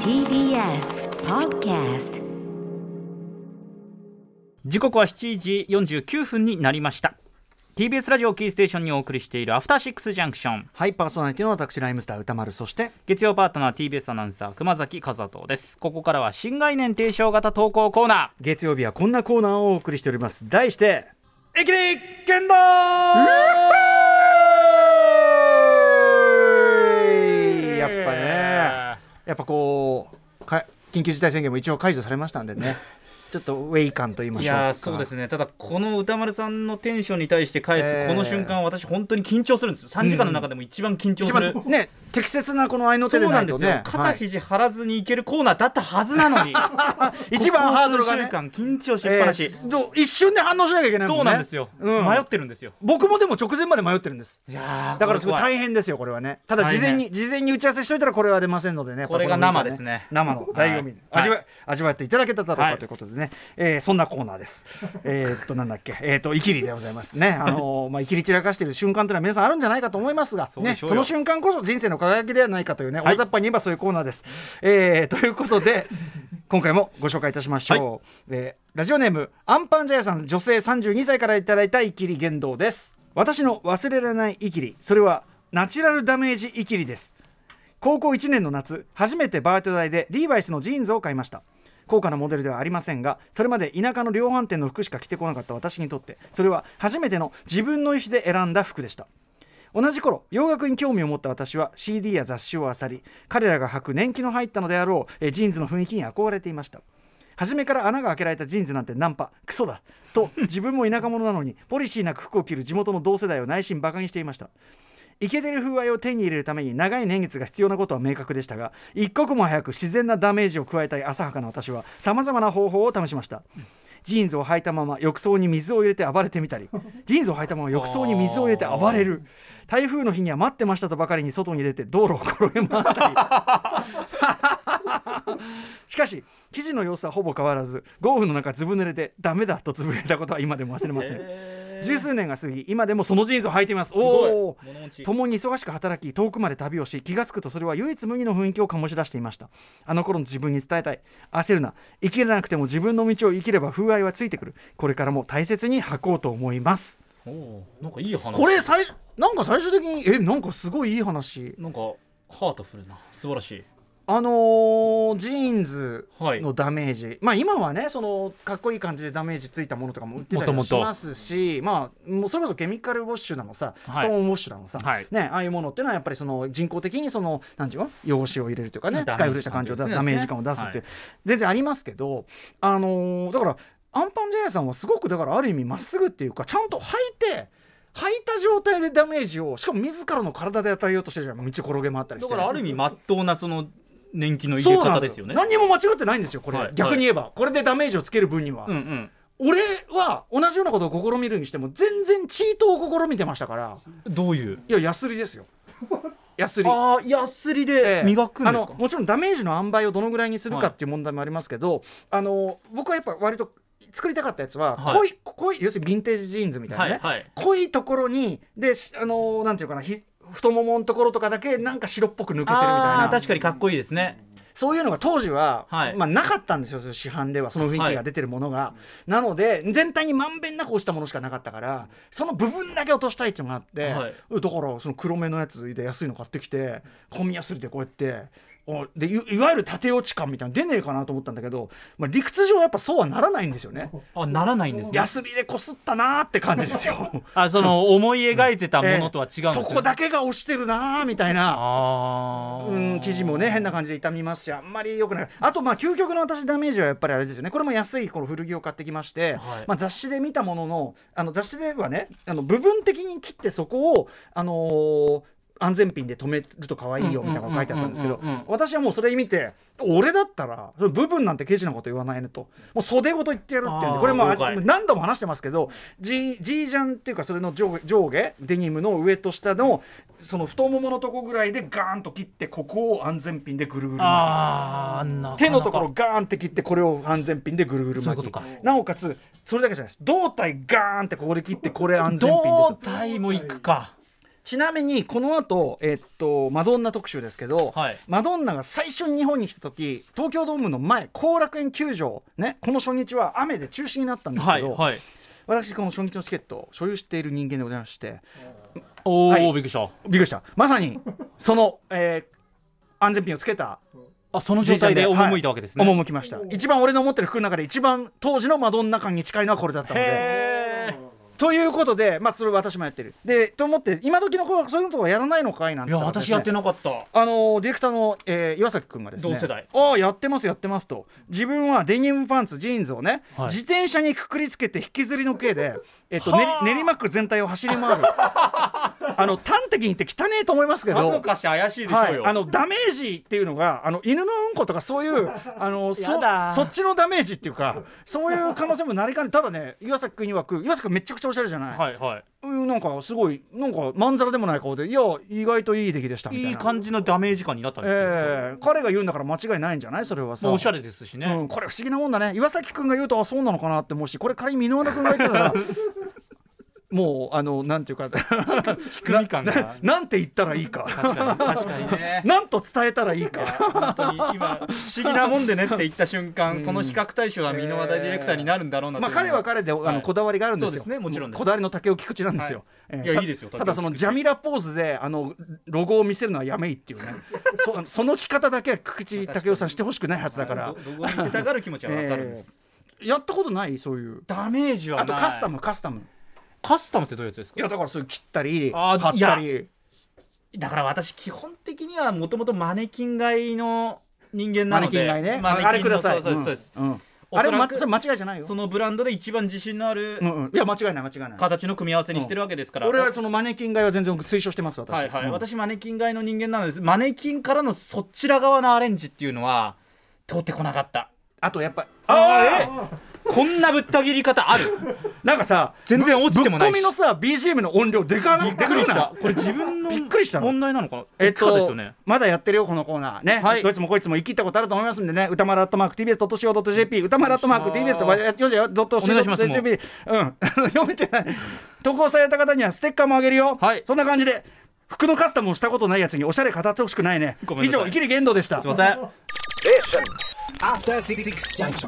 TBS Podcast 時刻は7時49分になりました TBS ラジオキーステーションにお送りしているアフターシックスジャンクションはい、パーソナリティの私、ライムスター歌丸、そして、月曜パートナー TBS アナウンサー熊崎和人ですここからは新概念提唱型投稿コーナ月曜日はこんなコーナーをお送りしております。題して、駅に剣道ーやっぱね、やっぱこうか、緊急事態宣言も一応解除されましたんで ね、ちょっとウェイ感と言いまいしょうか。やーそうですねただこの歌丸さんのテンションに対して返えすーこの瞬間、私本当に緊張するんですよ3時間の中でも一番緊張一す番る、ね、適切なこの愛のそ手でうななんいでとすよ、ね、肩はい肘張らずにいけるコーナーだったはずな のに一番ハードルがこねこ数週間緊張しっぱなし、えーどう一瞬で反応しなきゃいけないもんね。そうなんですよ、うん迷ってるんですよ僕もでも直前まで迷ってるんです。いやーだからすこれごい怖い大変ですよこれはねただ事前に事前に打ち合わせしといたらこれは出ませんのでねやっぱこれがの生ですね生の醍醐味、はい味わ味わっていただけただろうはかいということでね、えーそんなコーナーです えーっとなんだっけえーっとイキリでございますねあのーまあイキリ散らかしている瞬間というのは皆さんあるんじゃないかと思いますがそうでねしょうよその瞬間こそ人生の輝きではないかというねい大雑把に言えばそういうコーナーです、えーと いうことで今回もご紹介いたしましょう、えーラジオネームアンパンジャヤさん女性32歳からいただいたイキリ言動です私の忘れられないイキリそれはナチュラルダメージイキリです高校1年の夏初めてバイト代でリーバイスのジーンズを買いました高価なモデルではありませんがそれまで田舎の量販店の服しか着てこなかった私にとってそれは初めての自分の意思で選んだ服でした同じ頃洋楽に興味を持った私は CD や雑誌を漁り彼らが履く年季の入ったのであろうえージーンズの雰囲気に憧れていました初めから穴が開けられたジーンズなんてナンパクソだと自分も田舎者なのにポリシーなく服を着る地元の同世代を内心バカにしていましたイケてる風合いを手に入れるために長い年月が必要なことは明確でしたが一刻も早く自然なダメージを加えたい浅はかな私はさまざまな方法を試しましたジーンズを履いたまま浴槽に水を入れて暴れてみたりジーンズを履いたまま浴槽に水を入れて暴れる台風の日には待ってましたとばかりに外に出て道路を転げ回ったりしかし記事の様子はほぼ変わらず豪雨の中ずぶ濡れてダメだとつぶやいたことは今でも忘れません、十数年が過ぎ今でもそのジーンズを履いていますおおすごい物持ち共に忙しく働き遠くまで旅をし気が付くとそれは唯一無二の雰囲気を醸し出していましたあの頃の自分に伝えたい焦るな生きれなくても自分の道を生きれば風合いはついてくるこれからも大切に履こうと思いますおーなんかいい話これ最なんか最終的にえなんかすごいいい話なんかハートフルな素晴らしいあのージーンズはいのダメージ、まあ今はねそのかっこいい感じでダメージついたものとかも売ってたりももしともとますしまあもうそれこそケミカルウォッシュなのさ、はいストーンウォッシュなのさ、はいね、ああいうものっていうのはやっぱりその人工的にそのなんていうの用紙を入れるというかねダメージ使い古した感じを出すダ感じメでーすジね感を出すって、は全然ありますけどあのーだからアンパンジェイさんはすごくだからある意味まっすぐっていうかちゃんと履いて履いた状態でダメージをしかも自らの体で与えようとしてるじゃん道転げ回ったりだしてかね、らある意味まっとうなその年季の入そうれな方んだですよね何にも間違ってないんですよこれ、はい逆に言えば、これでダメージをつける分には、うんうん俺は同じようなことを試みるにしても全然チートを試みてましたからどういういやヤスリです よヤスリああヤスリで磨くんですあかのもちろんダメージの塩梅をどのぐらいにするかっていう問題もありますけど、あの僕はやっぱ割と作りたかったやつは、はい濃い濃い要するにヴィンテージジーンズみたいなね、はいはい濃いところにでしあのなんていうかなひ太もものところとかだけなんか白っぽく抜けてるみたいあなー確かにかっこいいですねそういうのが当時は、はいまあ、なかったんですよそういう市販ではその雰囲気が出てるものが、なので全体にまんべんなく落ちたものしかなかったからその部分だけ落としたいっていうのがあって、はいだからその黒目のやつで安いの買ってきて混みやすりでこうやって。おでいいわゆる縦落ち感みたいなの出ねえかなと思ったんだけど、まあ、理屈上やっぱそうはならないんですよね。あならないんですねヤスリでこすったなーって感じです よ。あその思い描いてたものとは違うんですよそこだけが押してるなーみたいな。ああうん、生地もね変な感じで傷みますしあんまり良くないあとまあ究極の私ダメージはやっぱりあれですよねこれも安いこの古着を買ってきまして、はいまあ、雑誌で見たもののあの雑誌ではねあの部分的に切ってそこをあのー安全ピンで止めると可愛いよみたいなのが書いてあったんですけどうんうんうんうんうん私はもうそれ見て俺だったらその部分なんてケチなこと言わないねともう袖ごと言ってやるっていうあーんでこれもあ了解何度も話してますけど G, G ジャンっていうかそれの上下上下デニムの上と下のその太もものとこぐらいでガーンと切ってここを安全ピンでぐるぐる巻あーなかなきか手のところガーンって切ってこれを安全ピンでぐるぐるそういう巻こときかなおかつそれだけじゃないです胴体ガーンってここで切ってこれ安全ピンで胴と体もいくかちなみにこの後、えっとマドンナ特集ですけど、はいマドンナが最初に日本に来た時東京ドームの前後楽園球場、ね、この初日は雨で中止になったんですはけいど、はい私この初日のチケットを所有している人間でございましておお、はいびっくりしたびっくりしたまさにその、えー安全ピンをつけたあその状態でじいちゃん赴いたわけですね、はい赴きました一番俺の持ってる服の中で一番当時のマドンナ感に近いのはこれだったのでへーということでまあそれ私もやってるでと思って今時の子はそういうことはやらないのかいなんいてや言ったらです私ねやってなかったあのディレクターの、えー岩崎君がですね同世代ああやってますやってますと自分はデニムパンツジーンズをね、はい自転車にくくりつけて引きずりの刑で、えっとはねあ、練馬区全体を走 り回るあの端的に言って汚ねえと思いますけどさぞかし怪しいでしょはうい、よ、あのダメージっていうのがあの犬のうんことかそ ういうあのそやだそっちのダメージっていうかそういう可能性もなりかねただね岩崎君曰く岩崎君めちゃくちゃおしゃれじゃない、はいはいうんなんかすごいなんかまんざらでもない顔でいや意外といい出来でしたみたいないい感じのダメージ感になったんですか、ええ彼が言うんだから間違いないんじゃないそれはさもうおしゃれですしね、うん、これ不思議なもんだね岩崎君が言うとあそうなのかなって思うしこれ仮に箕輪田君が言ってたら もうあのなんていうか 低み感がななんて言ったらいいか 確かに確かにねなんと伝えたらいいい やか本当に今不思議なもんでねって言った瞬間、その比較対象は箕輪田ディレクターになるんだろうなとまいあう彼は彼で、あはのいこだわりがあるんですよそうですねもちろんですこだわりの竹尾菊池なんですよ、はいええいやたいいですよただそのジャミラポーズであのロゴを見せるのはやめいっていう ねそその着方だけは菊池竹尾さんしてほしくないはずだからどどこを見せたがる気持ちは分かるんです、やったことないそういうダメージはなあいとカスタムカスタムカスタムってどういうやつですいかやだからそういう切ったり貼あーったりだから私基本的にはもともとマネキン買いの人間なマネのキンでがねマネキンのあれくださいそうそううんそうです、うんおあそれらまくそれ間違いじゃないよそのブランドで一番自信のあるうんうんいや間違いない間違いない形の組み合わせにしてるわけですから、俺はそのマネキン買いは全然推奨してます私はいはい、うん私マネキン買いの人間なんですマネキンからのそちら側のアレンジっていうのは通ってこなかったあとやっぱあえこんなぶった切り方ある なんかさ全然落ちてもないしぶっ込みのさ BGM の音量でかなびっくりしたでかくないこれ自分のびっくりしたの問題なのかなえっそうですとよねまだやってるよこのコーナーね、はいどいつもこいつも言い切ったことあると思いますんでね歌丸アットマーク TBS.CO.JP 歌丸アットマーク TBS.CO.JP お願いしますうん 読めてない投稿された方にはステッカーもあげるよ、はいそんな感じで服のカスタムをしたことないやつにおしゃれ語ってほしくないねごめん以なさい上生きる言動でしたすいません After Six Junction.